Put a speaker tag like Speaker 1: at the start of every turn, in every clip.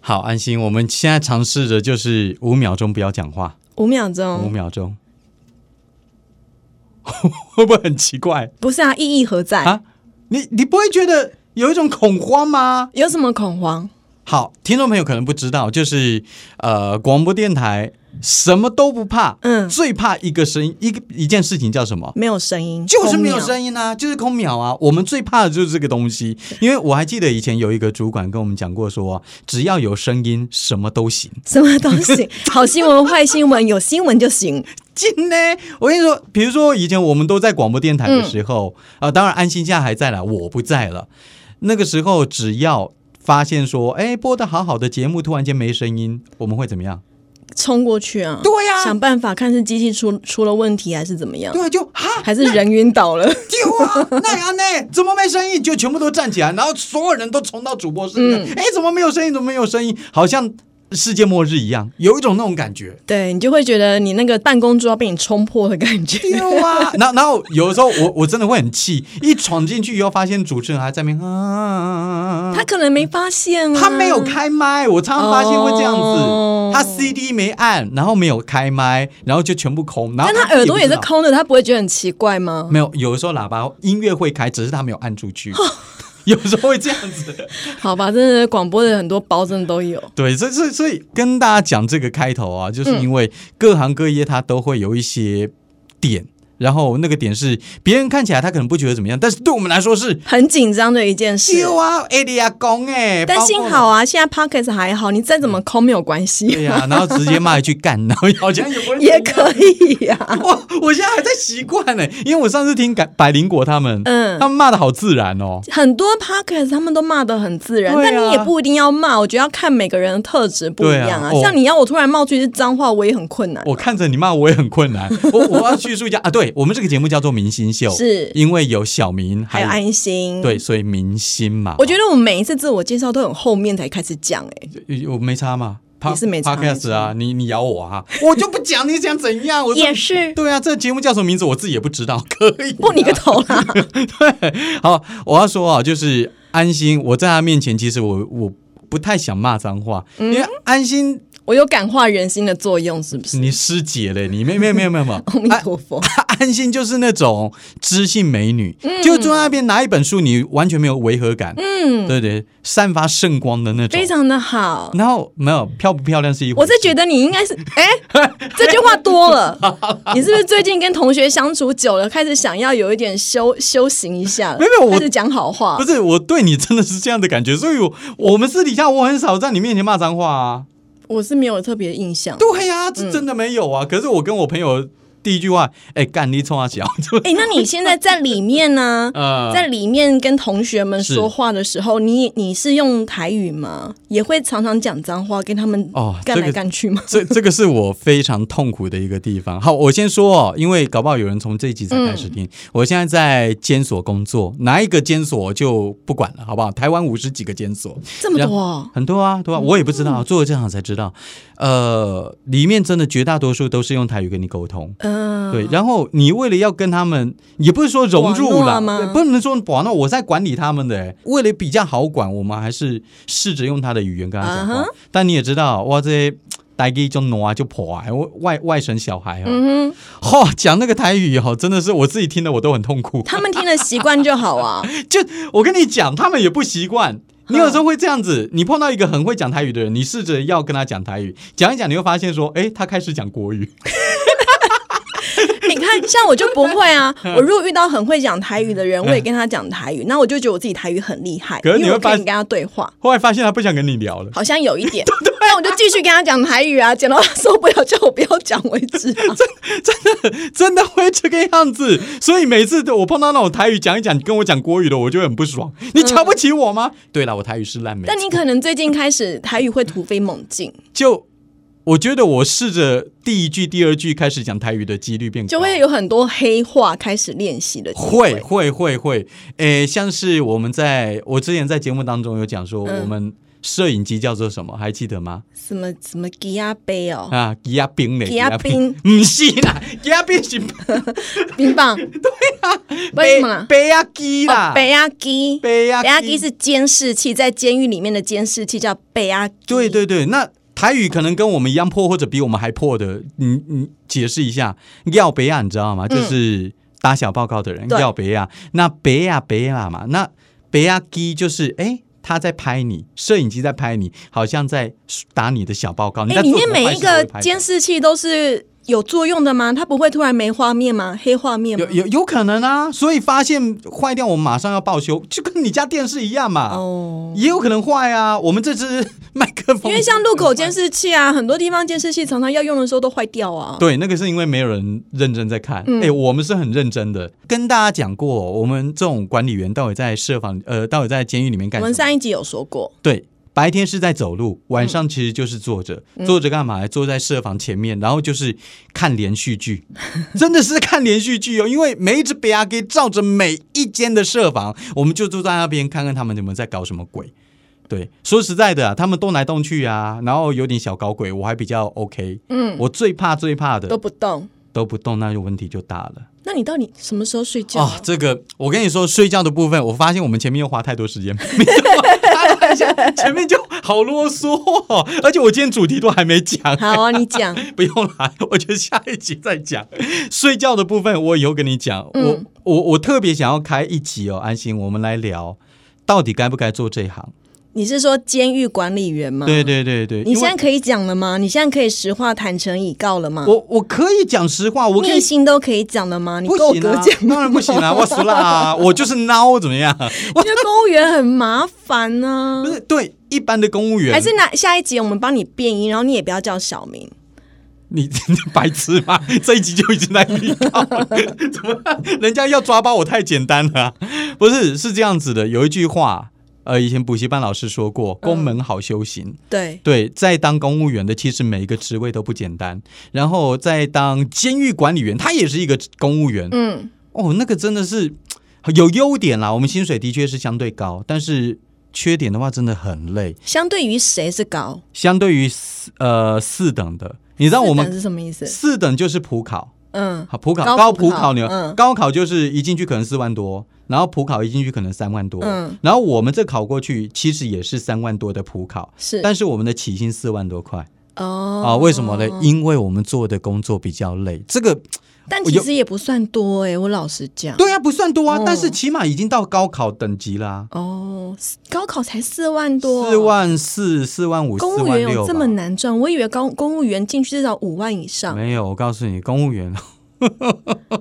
Speaker 1: 好，安心。我们现在尝试着就是五秒钟不要讲话，
Speaker 2: 五秒
Speaker 1: 五
Speaker 2: 钟，
Speaker 1: 秒钟， 会不会很奇怪
Speaker 2: 不是啊，意义何在？
Speaker 1: 啊？你你不会觉得有一种恐慌吗？
Speaker 2: 有什么恐慌？
Speaker 1: 好，听众朋友可能不知道，就是呃，广播电台什么都不怕，
Speaker 2: 嗯
Speaker 1: 最怕一个声音，一个一件事情叫什么？
Speaker 2: 没有声音，
Speaker 1: 就是没有
Speaker 2: 空
Speaker 1: 声音啊，就是空秒啊。我们最怕的就是这个东西，因为我还记得以前有一个主管跟我们讲过说只要有声音，什么都行。
Speaker 2: 秒，什么 东西？好新闻、坏新闻，有新闻就行。
Speaker 1: 真的，我跟你说，比如说以前我们都在广播电台的时候，啊、当然安心现在还在啦，我不在了。那个时候只要发现说，哎，播的好好的节目突然间没声音，我们会怎么样？
Speaker 2: 冲过去啊！
Speaker 1: 对呀
Speaker 2: 想办法看是机器出出了问题还是怎么样，
Speaker 1: 对，啊就哈，
Speaker 2: 还是人晕 倒了。
Speaker 1: 丢啊，那样呢？ 怎么没声音？就全部都站起来，然后所有人都冲到主播室里面。哎、怎么没有声音？怎么没有声音？好像世界末日一样，有一种那种感觉。
Speaker 2: 对你就会觉得你那个办公桌要被你冲破的感觉。
Speaker 1: 丢啊！然后，然后有的时候我我真的会很气，一闯进去以后，发现主持人还在那边 啊，
Speaker 2: 他可能没发现啊，
Speaker 1: 他没有开麦，我常常发现会这样子，
Speaker 2: 哦
Speaker 1: 他 CD 没按，然后没有开麦，然后就全部空，然后
Speaker 2: 但他耳朵也
Speaker 1: 不知
Speaker 2: 是
Speaker 1: 道。
Speaker 2: 空的，他不会觉得很奇怪吗？
Speaker 1: 没有，有的时候喇叭音乐会开，只是他没有按出 去，有时候会这样子。
Speaker 2: 好吧，真的广播的很多包真的都有。
Speaker 1: 对，所以所以所以跟大家讲这个开头啊，就是因为各行各业它都会有一些点，然后那个点是别人看起来他可能不觉得怎么样，但是对我们来说是
Speaker 2: 很紧张的一件事，
Speaker 1: 丢啊，艾利亚公 哎，
Speaker 2: 但
Speaker 1: 包括嗯
Speaker 2: 幸好啊，现在 Pockets 还好，你再怎么空没有关
Speaker 1: 对
Speaker 2: 系，
Speaker 1: 呀、然后直接骂一句干，然后好像也不会
Speaker 2: 也
Speaker 1: 怎样
Speaker 2: 可以啊 呀、
Speaker 1: 我我现在还在习惯呢，因为我上次听百百灵果他们，
Speaker 2: 嗯
Speaker 1: 他们骂的好自然哦。
Speaker 2: 很多 podcast 他们都骂得很自然，
Speaker 1: 对啊
Speaker 2: 但你也不一定要骂，我觉得要看每个人的特质不一样
Speaker 1: 对啊
Speaker 2: 啊。
Speaker 1: 哦哦
Speaker 2: 像你要我突然冒出一句脏话，我也很困难。
Speaker 1: 我看着你骂我也很困 难，我我要叙述一下啊，对我们这个节目叫做明星秀，
Speaker 2: 是
Speaker 1: 因为有小明还
Speaker 2: 还有安心，
Speaker 1: 对，，所以明星嘛，
Speaker 2: 我觉得我们每一次自我介绍都很后面才开始讲、哎，
Speaker 1: 得我没差嘛，
Speaker 2: 也是没差
Speaker 1: podcast 啊，你你咬我啊，我就不讲你想怎样，我说
Speaker 2: 也是
Speaker 1: 对啊，这个节目叫什么名字我自己也不知道，可以
Speaker 2: 不你个头啦，
Speaker 1: 好，我要说啊，就是安心，我在他面前，其实我我不太想骂脏话，
Speaker 2: 嗯
Speaker 1: 因为安心
Speaker 2: 我有感化人心的作用，是不是？
Speaker 1: 你师姐嘞，你没没有没有没嗯哎有没有，
Speaker 2: 阿弥
Speaker 1: 安
Speaker 2: 陀佛，
Speaker 1: 安心就是那种知性美女，
Speaker 2: 嗯
Speaker 1: 就坐在那边拿一本书，你完全没有违和感，嗯，对对，散发圣光的那种
Speaker 2: 非。常的好。
Speaker 1: 然后没有漂不漂亮是一回事，
Speaker 2: 我是觉得你应 该是，哎、这句话多了。你是不是最近跟同学相处久了，开始想要有一点修修行一下了？
Speaker 1: 没有没有我
Speaker 2: 开始讲好话
Speaker 1: 不。是我对你真的是这样的感觉，所以我我们私底下我很少在你面前骂脏话啊。
Speaker 2: 我是没有特别的印象。
Speaker 1: 对呀、这
Speaker 2: 嗯
Speaker 1: 真的没有啊。可是我跟我朋友第一句话，哎、干你冲啊小，就、
Speaker 2: 哎、那你现在在里面呢
Speaker 1: 呃，
Speaker 2: 在里面跟同学们
Speaker 1: 是
Speaker 2: 说话的时候，你你是用台语吗？也会常常讲脏话跟他们
Speaker 1: 哦
Speaker 2: 干
Speaker 1: 这
Speaker 2: 来
Speaker 1: 个
Speaker 2: 干去吗？
Speaker 1: 这这个是我非常痛苦的一个地方。好，我先说哦，因为搞不好有人从这一集才开始听。我现在在监所工作，哪一个监所就不管了，好不好？台湾五十几个监所，
Speaker 2: 这么
Speaker 1: 然
Speaker 2: 多
Speaker 1: 后
Speaker 2: 哦，
Speaker 1: 很多啊，对吧、我也不知道，做了这行才知道。呃，里面真的绝大多数都是用台语跟你沟通。
Speaker 2: 嗯、
Speaker 1: 对，然后你为了要跟他们，也不是说融
Speaker 2: 玩
Speaker 1: 入
Speaker 2: 弄
Speaker 1: 了
Speaker 2: 啊吗，
Speaker 1: 对不能说玩弄，我在管理他们的欸。为了比较好管，我们还是试着用他的语言跟他讲话。
Speaker 2: 啊
Speaker 1: 但你也知道，哇，这些台语就挪啊就破啊，我外外省小孩 哦，
Speaker 2: 嗯哼，
Speaker 1: 嚯、讲那个台语哦，真的是我自己听的我都很痛苦。
Speaker 2: 他们听了习惯就好啊。
Speaker 1: 就我跟你讲，他们也不习惯。你有时候会这样子，你碰到一个很会讲台语的人，你试着要跟他讲台语，讲一讲，你会发现说，哎，他开始讲国语。
Speaker 2: 你看，像我就不 会啊。
Speaker 1: 嗯
Speaker 2: 我如果遇到很会讲台语的人，我也跟他讲台语，那我就觉得我自己台语很厉害，
Speaker 1: 可是你
Speaker 2: 因
Speaker 1: 会
Speaker 2: 为我可
Speaker 1: 发
Speaker 2: 以跟他对话，
Speaker 1: 后来发现他不想跟你聊了。
Speaker 2: 好像有一 点。
Speaker 1: 啊
Speaker 2: 那我就继续跟他讲台语啊，讲到他受不了，叫我不要讲为 止、啊。
Speaker 1: 真的会这个样子，所以每次我碰到那种台语讲一讲，跟我讲国语的，我就会很不爽。你瞧不起我吗？对了，我台语是烂没
Speaker 2: 嗯但你可能最近开始台语会突飞猛进，
Speaker 1: 就我觉得我试着第一句、第二句开始讲台语的几率变高，
Speaker 2: 就会有很多黑话开始练习的机
Speaker 1: 会会会会，诶，像是我们在我之前在节目当中有讲说，
Speaker 2: 嗯
Speaker 1: 我们摄影机叫做什么，还记得吗？
Speaker 2: 什么什么吉亚杯哦，
Speaker 1: 啊，吉亚冰嘞，
Speaker 2: 吉亚
Speaker 1: 吉亚
Speaker 2: 冰
Speaker 1: 不是啦，吉给他变形嗯
Speaker 2: 冰 棒，为
Speaker 1: 杯
Speaker 2: 什么啦哦
Speaker 1: 杯压机啊啦，
Speaker 2: 贝亚基，
Speaker 1: 杯压
Speaker 2: 贝亚基是监视器，在监狱里面的监视器叫贝亚基。
Speaker 1: 对，对对，那台语可能跟我们一样破，或者比我们还破的，你你解释一下，要北亚你知道吗？就是打小报告的人，
Speaker 2: 嗯对
Speaker 1: 要北亚，那北亚北亚嘛，那北亚基就是哎。他在拍你，摄影机在拍你，好像在打你的小报告。你
Speaker 2: 哎，
Speaker 1: 在
Speaker 2: 里
Speaker 1: 做
Speaker 2: 面
Speaker 1: 什么
Speaker 2: 每
Speaker 1: 坏
Speaker 2: 一
Speaker 1: 事都
Speaker 2: 个
Speaker 1: 会拍
Speaker 2: 监视器都是有作用的吗？它不会突然没画面吗？黑画面吗
Speaker 1: 有？有有可能啊，所以发现坏掉，我们马上要报修，就跟你家电视一样嘛。
Speaker 2: 哦，
Speaker 1: 也有可能坏啊，我们这只 麦克风，
Speaker 2: 因为像路口监视器啊，很多地方监视器常常要用的时候都坏掉啊。
Speaker 1: 对，那个是因为没有人认真在看。哎、
Speaker 2: 嗯
Speaker 1: 我们是很认真的，跟大家讲过，我们这种管理员到底在设防，呃，到底在监狱里面
Speaker 2: 我
Speaker 1: 干
Speaker 2: 们
Speaker 1: 什么？
Speaker 2: 上一集有说过，
Speaker 1: 对，白天是在走路，晚上其实就是坐着，
Speaker 2: 嗯
Speaker 1: 坐着干嘛？坐在设防前面，然后就是看连续剧， 真的是看连续剧哦，因为每一只 b 给照着每一间的设防，我们就坐在那边看看他们有没有在搞什么鬼。对，说实在的、啊，他们动来动去啊，然后有点小搞鬼，我还比较 OK。
Speaker 2: 嗯，
Speaker 1: 我最怕最怕的
Speaker 2: 都不动。
Speaker 1: 都不动，那就问题就大了。
Speaker 2: 那你到底什么时候睡觉
Speaker 1: 哦
Speaker 2: 啊？，
Speaker 1: 这个我跟你说，睡觉的部分，我发现我们前面又花太多时间， 你知道吗？他发现前面就好啰嗦、哦，而且我今天主题都还没讲，
Speaker 2: 好啊，你讲。
Speaker 1: 不用啦，我觉得下一集再讲。睡觉的部分，我以后跟你讲。
Speaker 2: 嗯
Speaker 1: 我我我特别想要开一集哦，安心，我们来聊到底该不该做这一行。
Speaker 2: 你是说监狱管理员吗？
Speaker 1: 对。对对对，
Speaker 2: 嗯你
Speaker 1: 因
Speaker 2: 现
Speaker 1: 为
Speaker 2: 在可以讲了吗？你现在可以实话坦诚以告了吗？
Speaker 1: 我我可以讲实话，我可
Speaker 2: 内
Speaker 1: 以
Speaker 2: 心都可以讲了吗？你
Speaker 1: 不
Speaker 2: 够
Speaker 1: 行
Speaker 2: 格
Speaker 1: 啊
Speaker 2: 讲，，
Speaker 1: 当然不行啊，我死啦、我就是孬，怎么 样？
Speaker 2: 因为公务员很麻烦呢、
Speaker 1: 不是对一般的公务员，
Speaker 2: 还是那下一集我们帮你变音，然后你也不要叫小明。
Speaker 1: 你 你白痴吗？这一集就已经在预告了，怎么人家要抓包我太简单了啊、不是，是这样子的，有一句话，呃，以前补习班老师说过，
Speaker 2: 嗯
Speaker 1: 公门好修行。
Speaker 2: 对，
Speaker 1: 对，在当公务员的，其实每一个职位都不简单。然后在当监狱管理员，他也是一个公务员。
Speaker 2: 嗯，
Speaker 1: 哦，那个真的是有优点啦。我们薪水的确是相对高，但是缺点的话真的很累。
Speaker 2: 相对于谁是高？
Speaker 1: 相对于四呃四等的，你知道我
Speaker 2: 四等
Speaker 1: 们
Speaker 2: 是什么意思？
Speaker 1: 四等就是普考，
Speaker 2: 嗯，
Speaker 1: 好普考
Speaker 2: 高
Speaker 1: 高
Speaker 2: 普
Speaker 1: 普
Speaker 2: 考
Speaker 1: 考你
Speaker 2: 嗯
Speaker 1: 高考就是一进去可能四万多，然后普考一进去可能三万多，
Speaker 2: 嗯
Speaker 1: 然后我们这考过去其实也是三万多的普考，
Speaker 2: 是
Speaker 1: 但是我们的起薪四万多块
Speaker 2: 哦
Speaker 1: 啊，为什么呢？因为我们做的工作比较累，这个
Speaker 2: 但其实也不算多哎、我老实讲。
Speaker 1: 对啊不算多啊
Speaker 2: 哦，
Speaker 1: 但是起码已经到高考等级啦、
Speaker 2: 哦，高考才四万多，
Speaker 1: 四万四、四万五、四
Speaker 2: 公务
Speaker 1: 万
Speaker 2: 员
Speaker 1: 六
Speaker 2: 有
Speaker 1: 吧
Speaker 2: 这么难啊赚？我以为高公务员进去至少五万以上，
Speaker 1: 没有，我告诉你，公务员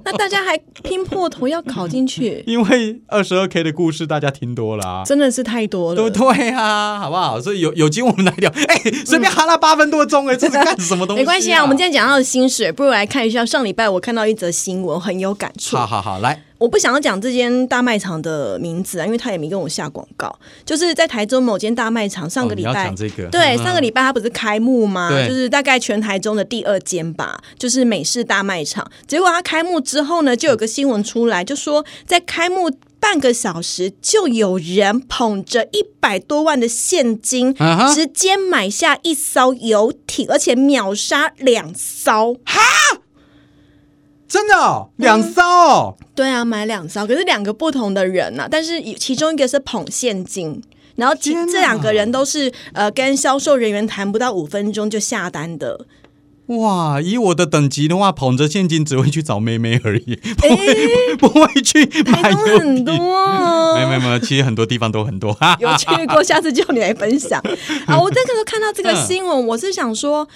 Speaker 2: 那大家还拼破头要考进去，
Speaker 1: 因为二十二 K 的故事大家听多了 啊。
Speaker 2: 真的是太多
Speaker 1: 对不
Speaker 2: 了。
Speaker 1: 对啊？好不好？所以有有机会我们来聊。 哎、随便哈拉八分多钟、哎、这是干什么东西、
Speaker 2: 嗯没关系啊，我们今
Speaker 1: 天
Speaker 2: 天讲到薪水，不如来看一下上礼拜我看到一则新闻，很有感触
Speaker 1: 好。好好来，
Speaker 2: 我不想要讲这间大卖场的名字啊，因为他也没跟我下广告。就是在台州某间大卖场，上
Speaker 1: 哦
Speaker 2: 个礼
Speaker 1: 你要
Speaker 2: 拜、
Speaker 1: 讲这个，
Speaker 2: 对，
Speaker 1: 嗯
Speaker 2: 上个礼拜它不是开幕吗？
Speaker 1: 对
Speaker 2: 就是大概全台中的第二间吧，就是美式大卖场。结果它开幕之后呢，就有个新闻出来，就说在开幕。半个小时就有人捧着一百多万的现金
Speaker 1: 啊哈
Speaker 2: 直接买下一艘游艇，而且秒杀两艘。
Speaker 1: 真的、哦、两艘、哦
Speaker 2: 对啊，买两艘，可是两个不同的人呐、但是其中一个是捧现金，然后其
Speaker 1: 天哪
Speaker 2: 这两个人都是呃跟销售人员谈不到五分钟就下 单的。
Speaker 1: 哇！以我的等级的话，捧着现金只会去找妹妹而已，不会、不会去买
Speaker 2: 台东
Speaker 1: 油
Speaker 2: 哎很多
Speaker 1: 饼。
Speaker 2: 哦，
Speaker 1: 没有没有没有，其实很多地方都很多。哈哈
Speaker 2: 有去过，下次叫你来 分享。啊，我那个时候看到这个新闻，我是想说。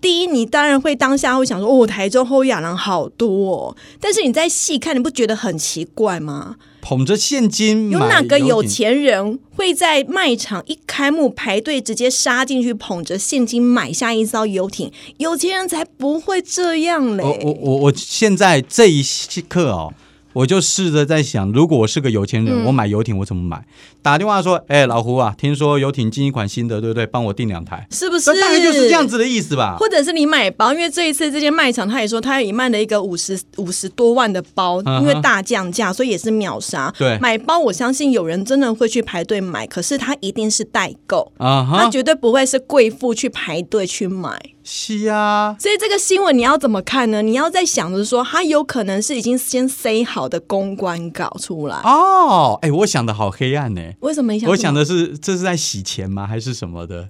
Speaker 2: 第一，你当然会当下会想说，哦，台中后亚郎好多、哦，但是你再细看，你不觉得很奇怪吗？
Speaker 1: 捧着现金，
Speaker 2: 有
Speaker 1: 买
Speaker 2: 哪个有
Speaker 1: 油饼
Speaker 2: 钱人会在卖场一开幕排队直接杀进去，捧着现金买下一艘游艇？有钱人才不会这样嘞！
Speaker 1: 我我我我现在这一刻哦，我就试着在想，如果我是个有钱
Speaker 2: 嗯
Speaker 1: 人，我买游艇我怎么买？打电话说，哎、老胡啊，听说游艇进一款新的，对不对？帮我订两台。
Speaker 2: 是不是？
Speaker 1: 这大概就是这样子的意思吧。
Speaker 2: 或者是你买包，因为这一次这间卖场他也说他也卖了一个五十五十多万的包，
Speaker 1: 嗯哼
Speaker 2: 因为大降价，所以也是秒杀。
Speaker 1: 对
Speaker 2: 买包我相信有人真的会去排队买，可是他一定是代购，
Speaker 1: 啊
Speaker 2: 他
Speaker 1: 哈，
Speaker 2: 绝对不会是贵妇去排队去买。
Speaker 1: 是啊呀，
Speaker 2: 所以这个新闻你要怎么看呢？你要在想着说，它有可能是已经先塞好的公关稿出来。
Speaker 1: 哦，哎，我想的好黑暗呢。
Speaker 2: 为什么你想？
Speaker 1: 我想的是，这是在洗钱吗？还是什么的？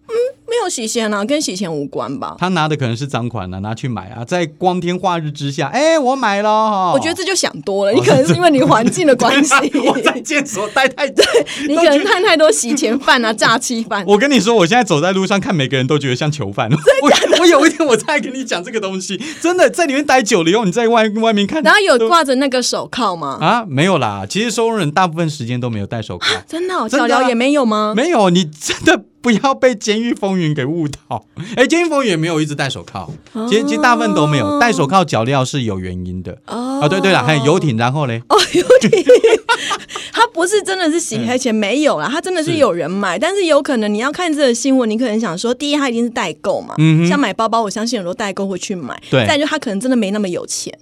Speaker 2: 没有洗钱啊，跟洗钱无关吧？
Speaker 1: 他拿的可能是赃款啊，拿去买啊，在光天化日之下，哎，我买了哦。
Speaker 2: 我觉得这就想多了，你可能是因为你环境的关系，
Speaker 1: 我在监所待太久，
Speaker 2: 你可能看太多洗钱犯啊、诈欺 犯。
Speaker 1: 我跟你说，我现在走在路上看每个人都觉得像囚犯。我我有一天我再跟你讲这个东西，真的在里面待久了以后，你在外外面看，
Speaker 2: 然后有挂着那个手铐吗？
Speaker 1: 啊，没有啦。其实收容人大部分时间都没有戴手铐，
Speaker 2: 真的哦，
Speaker 1: 真
Speaker 2: 小
Speaker 1: 的啊
Speaker 2: 聊也没有吗？
Speaker 1: 没有。你真的不要被《监狱风云》给误导。 哎，《监狱风云》也没有一直戴手铐，其实其实大部分都没有戴手铐、脚镣是有原因的。
Speaker 2: 哦
Speaker 1: 啊，对对了，还有游艇，然后嘞，
Speaker 2: 哦，有点，他不是真的是洗黑钱，没有啦，他真的是
Speaker 1: 嗯是
Speaker 2: 有人买，但是有可能你要看这个新闻，你可能想说，第一，他一定是代购嘛，
Speaker 1: 嗯哼
Speaker 2: 像买包包，我相信很多代购会去买，
Speaker 1: 对
Speaker 2: 再就他可能真的没那么有钱，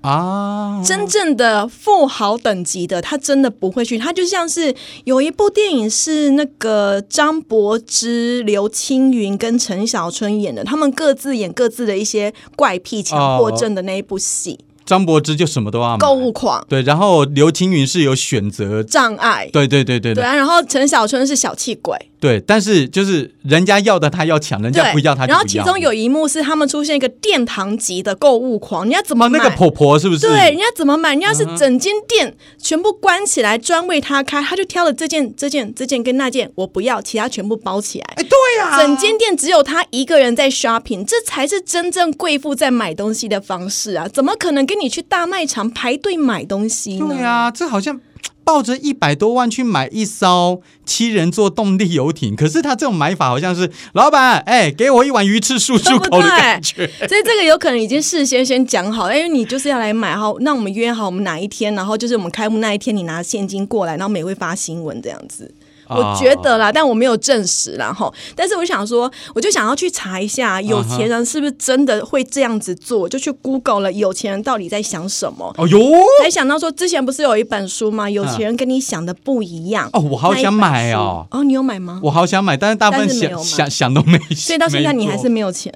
Speaker 1: 啊，
Speaker 2: 真正的富豪等级的，他真的不会去，他就像是有一部电影是那个张柏芝、刘青云跟陈小春演的，他们各自演各自的一些怪癖、强
Speaker 1: 哦
Speaker 2: 迫症的那一部戏，
Speaker 1: 张柏芝就什么都要买
Speaker 2: 购物狂、
Speaker 1: 对，然后刘青云是有选择，
Speaker 2: 障碍。
Speaker 1: 对对对对
Speaker 2: 对
Speaker 1: 对
Speaker 2: 啊，然后陈小春是小气鬼，
Speaker 1: 对，但是就是人家要的他要抢，人
Speaker 2: 对
Speaker 1: 家，不要他就不要。
Speaker 2: 然后其中有一幕是他们出现一个殿堂级的购物狂，你要怎么
Speaker 1: 哦，
Speaker 2: 买？
Speaker 1: 那个嗯婆婆是不哎是？
Speaker 2: 对，人家怎么买？人家是整间店全部关起来，专为他开，他就挑了这件、这件、这件跟那件，我不要，其他全部包起来。
Speaker 1: 哎，对呀、
Speaker 2: 整间店只有他一个人在 shopping，这才是真正贵妇在买东西的方式啊！怎么可能跟你去大卖场排队买东西呢？
Speaker 1: 对啊呀、这好像抱着一百多万去买一艘七人座动力游艇，可是他这种买法好像是老板，哎，给我一碗鱼翅漱漱口的感觉。
Speaker 2: 所以这个有可能已经事先先讲好，哎因为你就是要来买好，那我们约好我们哪一天，然后就是我们开幕那一天，你拿现金过来，然后我们也会发新闻这样子。
Speaker 1: 啊
Speaker 2: 我觉得啦，但我没有证实啦吼。但是我想说，我就想要去查一下有钱人是不是真的会这样子做，我就去 Google 了有钱人到底在想什么，
Speaker 1: 哦哟，
Speaker 2: 才想到说之前不是有一本书吗？有钱人跟你想的不一样。
Speaker 1: 哦，我好想买哦，
Speaker 2: 那一本书！哦，你有买吗？
Speaker 1: 我好想买，但是大部分
Speaker 2: 但是没有
Speaker 1: 想
Speaker 2: 买
Speaker 1: 想 想都没。
Speaker 2: 所以到现在 你还是
Speaker 1: 没
Speaker 2: 没有钱。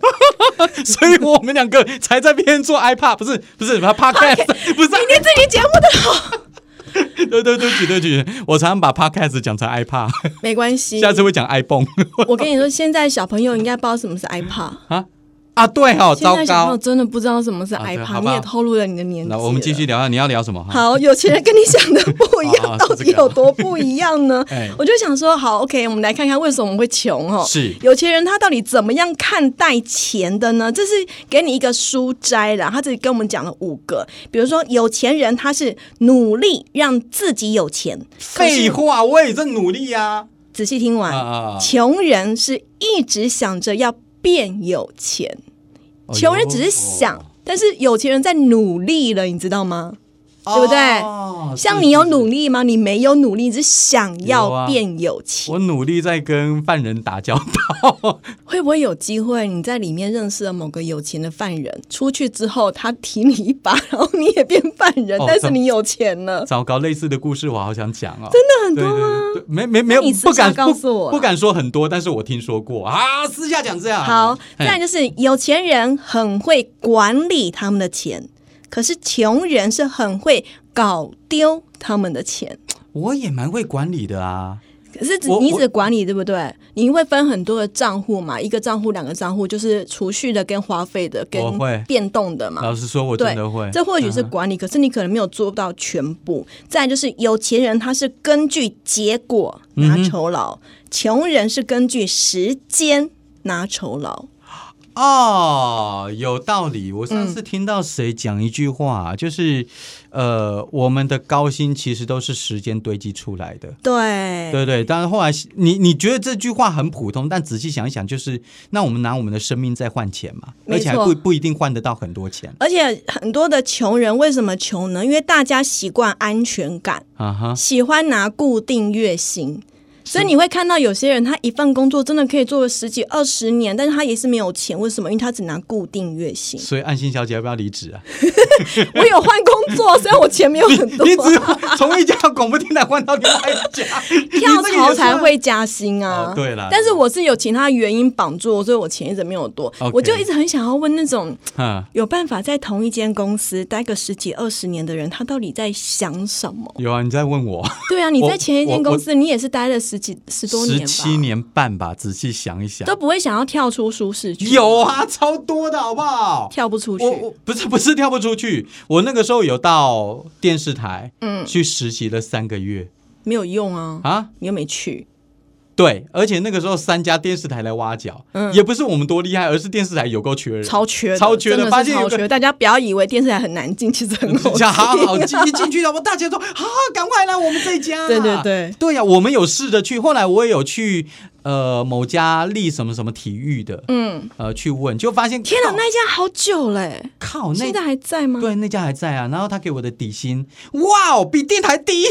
Speaker 1: 做，所以我们两个才在边做 iPad，不是不是 Podcast，不是啊
Speaker 2: 今天这期节目的
Speaker 1: 对对对不起对不起，我常常把 podcast 讲成 iPad，
Speaker 2: 没关系，
Speaker 1: 下次会讲 iPhone
Speaker 2: 我跟你说，现在小朋友应该不知道什么是 iPad。
Speaker 1: 啊，对哦，
Speaker 2: 现
Speaker 1: 糟
Speaker 2: 在小朋友
Speaker 1: 糕。
Speaker 2: 真的不知道什么是
Speaker 1: 啊对
Speaker 2: iPad，、
Speaker 1: 好吧
Speaker 2: 你也透露了你的年纪
Speaker 1: 那
Speaker 2: 了。
Speaker 1: 我们继续聊啊，你要聊什么？哈，
Speaker 2: 好，有钱人跟你想的不一
Speaker 1: 啊
Speaker 2: 样，到
Speaker 1: 是
Speaker 2: 底
Speaker 1: 这个啊
Speaker 2: 有多不一样呢？
Speaker 1: 哎
Speaker 2: 我就想说，好，OK，我们来看看为什么我们会穷哦。
Speaker 1: 是
Speaker 2: 有钱人他到底怎么样看待钱的呢？这是给你一个书摘啦，他这里跟我们讲了五个，比如说有钱人他是努力让自己有钱，可是
Speaker 1: 废话，我也在努力呀。
Speaker 2: 仔细听完，
Speaker 1: 啊啊啊
Speaker 2: 穷人是一直想着要变有钱，
Speaker 1: 哎呦
Speaker 2: 穷人只是想，
Speaker 1: 哦
Speaker 2: 但是有钱人在努力了，你知道吗？对不对
Speaker 1: 哦
Speaker 2: 像
Speaker 1: 是
Speaker 2: 你有
Speaker 1: 是
Speaker 2: 努力吗？你没有努力，你只是想
Speaker 1: 有
Speaker 2: 要
Speaker 1: 啊
Speaker 2: 变有
Speaker 1: 是
Speaker 2: 钱。
Speaker 1: 我努力在跟犯人打交道。
Speaker 2: 会不会有机会你在里面认识了某个有钱的犯人，出去之后他提你一把，然后你也变犯人，
Speaker 1: 哦
Speaker 2: 但是你有钱了，
Speaker 1: 糟糕，类似的故事我好想讲哦，真的很多
Speaker 2: 啊
Speaker 1: 吗？对没没没有
Speaker 2: 那你，私
Speaker 1: 不敢
Speaker 2: 下告诉
Speaker 1: 不
Speaker 2: 我啦啊
Speaker 1: 不敢说很多，但是我听说过啊，私下讲这样。
Speaker 2: 好，
Speaker 1: 嘿
Speaker 2: 再来就是有钱人很会管理他们的钱，可是穷人是很会搞丢他们的钱。
Speaker 1: 我也蛮会管理的啊。
Speaker 2: 可是只
Speaker 1: 我
Speaker 2: 你
Speaker 1: 我
Speaker 2: 只管理对不对？你会分很多的账户嘛，一个账户、两个账户，就是储蓄的、跟花费的、跟
Speaker 1: 我会
Speaker 2: 变动的嘛。
Speaker 1: 老实说，我
Speaker 2: 对
Speaker 1: 真的会，。
Speaker 2: 这或许是管理，可是你可能没有做到全部。再来就是有钱人他是根据结果拿酬劳，
Speaker 1: 嗯
Speaker 2: 穷人是根据时间拿酬劳。
Speaker 1: 哦，有道理。我上次听到谁讲一句话，就是，呃，我们的高薪其实都是时间堆积出来的。
Speaker 2: 对，
Speaker 1: 对对，但是后来你你觉得这句话很普通，但仔细想一想，就是那我们拿我们的生命在换钱嘛，
Speaker 2: 没错
Speaker 1: 而且还不不一定换得到很多 钱
Speaker 2: 而且很多的穷人为什么穷呢？因为大家习惯安全感，
Speaker 1: 啊哈。
Speaker 2: 喜欢拿固定月薪。所以你会看到有些人，他一份工作真的可以做个十几二十年，但是他也是没有钱，为什么？因为他只拿固定月薪。
Speaker 1: 所以安心小姐要不要离职 啊？
Speaker 2: 我有换工作，虽然我钱没有很 多
Speaker 1: 你，只从一家广播电台换到另外一家，
Speaker 2: 跳
Speaker 1: 你这个也
Speaker 2: 槽
Speaker 1: 算
Speaker 2: 才会加薪
Speaker 1: 哦
Speaker 2: 啊。
Speaker 1: 对啦
Speaker 2: 但是我是有其他原因绑住我，所以我钱一直没有多。
Speaker 1: OK
Speaker 2: 我就一直很想要问那种
Speaker 1: 嗯，
Speaker 2: 有办法在同一间公司待个十几二十年的人，他到底在想什么？
Speaker 1: 有啊，你在问我
Speaker 2: 对啊，你在前一
Speaker 1: 我
Speaker 2: 间
Speaker 1: 我
Speaker 2: 公司，你也是待了十几十多年
Speaker 1: 十
Speaker 2: 吧，
Speaker 1: 七年半吧，仔细想一想
Speaker 2: 都，不会想要跳出舒适区，
Speaker 1: 有啊，超多的好不好？
Speaker 2: 跳不出去
Speaker 1: 我。我不是不是跳不出去，我那个时候有到电视台，
Speaker 2: 嗯
Speaker 1: 去实习了三个月
Speaker 2: 没有用啊，
Speaker 1: 啊，
Speaker 2: 你又没去，
Speaker 1: 对，而且那个时候三家电视台来挖角，
Speaker 2: 嗯
Speaker 1: 也不是我们多厉害，而是电视台有够缺人，
Speaker 2: 超缺的，
Speaker 1: 超缺的
Speaker 2: 真的，
Speaker 1: 发
Speaker 2: 是
Speaker 1: 现有
Speaker 2: 超
Speaker 1: 个
Speaker 2: 缺。大家不要以为电视台很难进，其实很 好进。
Speaker 1: 想好好进一进去了，我大姐说：“好、赶快来我们这一家。”
Speaker 2: 对对对
Speaker 1: 对呀、我们有试着去，后来我也有去呃某家立什么什么体育的，
Speaker 2: 嗯，
Speaker 1: 呃去问，就发现
Speaker 2: 天哪，
Speaker 1: 靠
Speaker 2: 那一家好久嘞、
Speaker 1: 靠哦那
Speaker 2: 现在还在吗？
Speaker 1: 对，那家还在啊。然后他给我的底薪，哇哦，比电台低耶！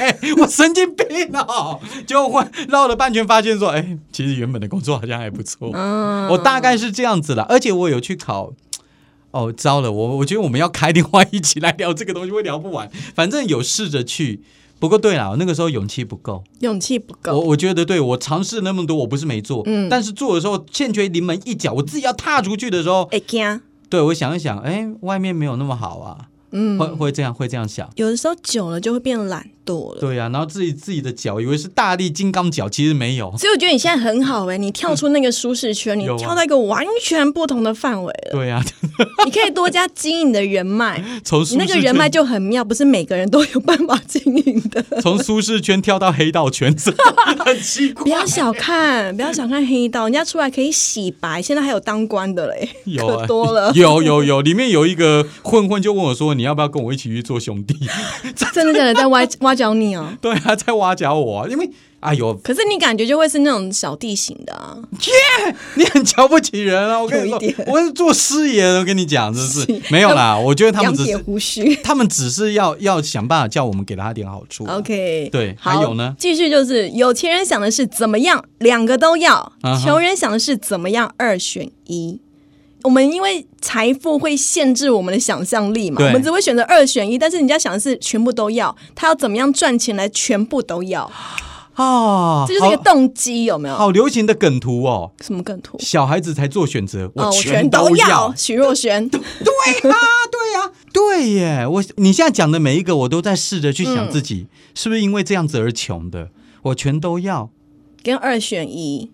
Speaker 1: 我神经病哦！就换绕了半圈，发现说，哎，其实原本的工作好像还不错。
Speaker 2: 嗯
Speaker 1: 我大概是这样子啦，而且我有去考。哦，糟了，我我觉得我们要开另外一起来聊这个东西，会聊不完。反正有试着去，不过对啦，我那个时候勇气不够。
Speaker 2: 勇气不
Speaker 1: 我
Speaker 2: 够。
Speaker 1: 我觉得对我尝试那么多，我不是没做，
Speaker 2: 嗯
Speaker 1: 但是做的时候欠缺临门一脚，我自己要踏出去的时候，
Speaker 2: 哎呀，
Speaker 1: 对我想一想，哎，外面没有那么好啊，
Speaker 2: 嗯，
Speaker 1: 会会这样会这样想。
Speaker 2: 有的时候久了就会变懒惰了。
Speaker 1: 对呀、然后自己自己的脚以为是大力金刚脚，其实没有。
Speaker 2: 所以我觉得你现在很好哎、你跳出那个舒适圈，你
Speaker 1: 有啊
Speaker 2: 跳到一个完全不同的范围 了。
Speaker 1: 对呀、
Speaker 2: 你可以多加经营你的人脉，
Speaker 1: 从
Speaker 2: 你
Speaker 1: 舒
Speaker 2: 那个
Speaker 1: 适
Speaker 2: 人脉
Speaker 1: 圈
Speaker 2: 就很妙，不是每个人都有办法经营的。
Speaker 1: 从舒适圈跳到黑道圈， 真的很奇
Speaker 2: 不
Speaker 1: 怪。
Speaker 2: 要小看， 不要小看黑道，人家出来可以洗白，现在还有当官的嘞，
Speaker 1: 有啊，
Speaker 2: 可多了
Speaker 1: 有有有，里面有一个混混就问我说：“你要不要跟我一起去做兄弟
Speaker 2: 真的真的在挖挖角你哦、？”
Speaker 1: 对啊，在挖角我啊，因为哎呦，
Speaker 2: 可是你感觉就会是那种小弟型的啊，
Speaker 1: 你很瞧不起人啊！我跟你
Speaker 2: 有
Speaker 1: 说
Speaker 2: 一点，
Speaker 1: 我是做师爷的，我跟你讲，真是没有啦。我觉得他们
Speaker 2: 养
Speaker 1: 只
Speaker 2: 铁
Speaker 1: 是
Speaker 2: 胡须。
Speaker 1: 他们只是要要想办法叫我们给他点好处啊。
Speaker 2: OK，
Speaker 1: 对
Speaker 2: 好
Speaker 1: 还有呢
Speaker 2: 继续就是有钱人想的是怎么样，两个都要
Speaker 1: 啊哈
Speaker 2: 穷人想的是怎么样，二选一。我们因为财富会限制我们的想象力嘛，
Speaker 1: 对
Speaker 2: 我们只会选择二选一，但是人家想的是全部都要，他要怎么样赚钱来全部都要，
Speaker 1: 啊，
Speaker 2: 这就是一个
Speaker 1: 好
Speaker 2: 动机，有没有？
Speaker 1: 好流行的梗图哦。
Speaker 2: 什么梗图？
Speaker 1: 小孩子才做选择，
Speaker 2: 哦，
Speaker 1: 全
Speaker 2: 全
Speaker 1: 都
Speaker 2: 要。许若 瑄，
Speaker 1: 对呀、对呀、对耶！我你现在讲的每一个，我都在试着去
Speaker 2: 嗯
Speaker 1: 想自己、是不是因为这样子而穷的，我全都要。
Speaker 2: 跟二选一。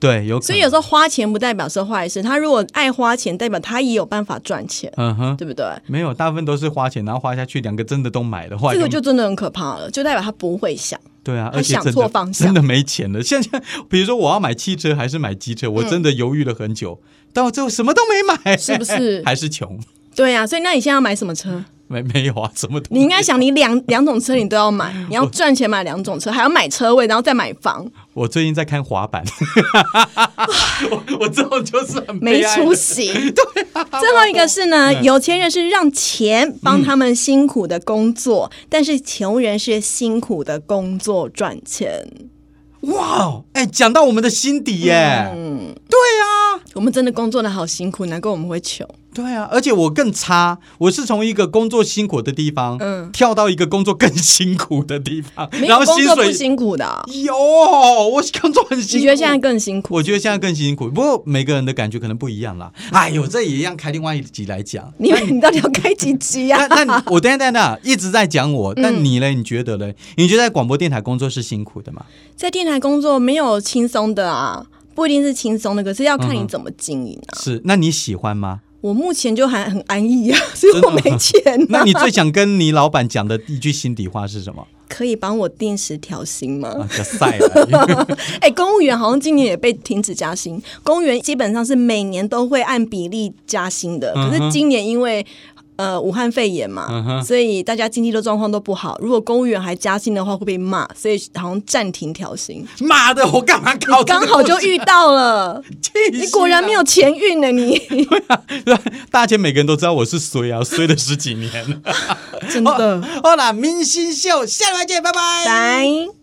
Speaker 1: 对，有可能。
Speaker 2: 所以有时候花钱不代表是坏事，他如果爱花钱，代表他也有办法赚钱，
Speaker 1: 嗯哼，
Speaker 2: 对不对？
Speaker 1: 没有，大部分都是花钱，然后花下去，两个真的都买了，坏
Speaker 2: 这个就真的很可怕了，就代表他不会想。
Speaker 1: 对啊，
Speaker 2: 他
Speaker 1: 而且
Speaker 2: 想
Speaker 1: 真
Speaker 2: 错
Speaker 1: 的
Speaker 2: 方向
Speaker 1: 真的没钱了。现在比如说我要买汽车还是买机车，我真的犹豫了很久，到最后什么都没买，
Speaker 2: 嗯是不 是
Speaker 1: 还是穷？
Speaker 2: 对啊呀、所以那你现在要买什么车？
Speaker 1: 没没有啊，什么都
Speaker 2: 你应该想，你两两种车你都要 买，你要赚钱买两种车，还要买车位，然后再买房，
Speaker 1: 我最近在看滑板，我我这种就是很
Speaker 2: 没
Speaker 1: 悲哀
Speaker 2: 出息。对、
Speaker 1: 啊
Speaker 2: 最后一个是呢，
Speaker 1: 嗯
Speaker 2: 有钱人是让钱帮他们辛苦的工作，但是穷人是辛苦的工作赚钱。
Speaker 1: 哇，哎，讲到我们的心底耶，
Speaker 2: 嗯，
Speaker 1: 对啊，
Speaker 2: 我们真的工作的好辛苦，难怪我们会穷。
Speaker 1: 对啊，而且我更差，我是从一个工作辛苦的地方，
Speaker 2: 嗯
Speaker 1: 跳到一个工作更辛苦的地方，
Speaker 2: 没
Speaker 1: 然
Speaker 2: 有
Speaker 1: 后
Speaker 2: 工
Speaker 1: 薪
Speaker 2: 作不
Speaker 1: 水
Speaker 2: 辛苦的啊、
Speaker 1: 有，我工作很辛苦。
Speaker 2: 你觉得现在？更辛苦？
Speaker 1: 我觉得现在更辛苦，不过每个人的感觉可能不一样啦。哎呦，这也一样开另外一集来 讲。
Speaker 2: 你你到底要开几集啊呀、
Speaker 1: 那那你我等一下等一下一直在讲我，
Speaker 2: 嗯
Speaker 1: 但你嘞？你觉得嘞？你觉得在广播电台工作是辛苦的吗？
Speaker 2: 在电台工作没有轻松的啊，不一定是轻松的，可是要看
Speaker 1: 嗯
Speaker 2: 你
Speaker 1: 哼
Speaker 2: 怎么经营啊。
Speaker 1: 是，那你喜欢吗？
Speaker 2: 我目前就还很安逸啊，所以我没钱、啊。
Speaker 1: 那你最想跟你老板讲的一句心底话是什么？
Speaker 2: 可以帮我定时调薪吗
Speaker 1: 啊，？就晒了。
Speaker 2: 哎、公务员好像今年也被停止加薪，公务员基本上是每年都会按比例加薪的，
Speaker 1: 嗯
Speaker 2: 可
Speaker 1: 哼
Speaker 2: 是今年因为。呃，武汉肺炎嘛，
Speaker 1: 嗯哼
Speaker 2: 所以大家经济的状况都不好。如果公务员还加薪的话，会被骂，所以好像暂停调薪。
Speaker 1: 妈的，我干嘛搞
Speaker 2: 你
Speaker 1: 这个
Speaker 2: 刚好就遇到了，
Speaker 1: 气死了
Speaker 2: 你果然没有钱运 呢、
Speaker 1: 哦
Speaker 2: 你
Speaker 1: 大家每个人都知道我是衰啊，衰了十几年了。
Speaker 2: 真 的。
Speaker 1: 哦好啦，明星秀，下礼拜见，拜拜。
Speaker 2: 拜。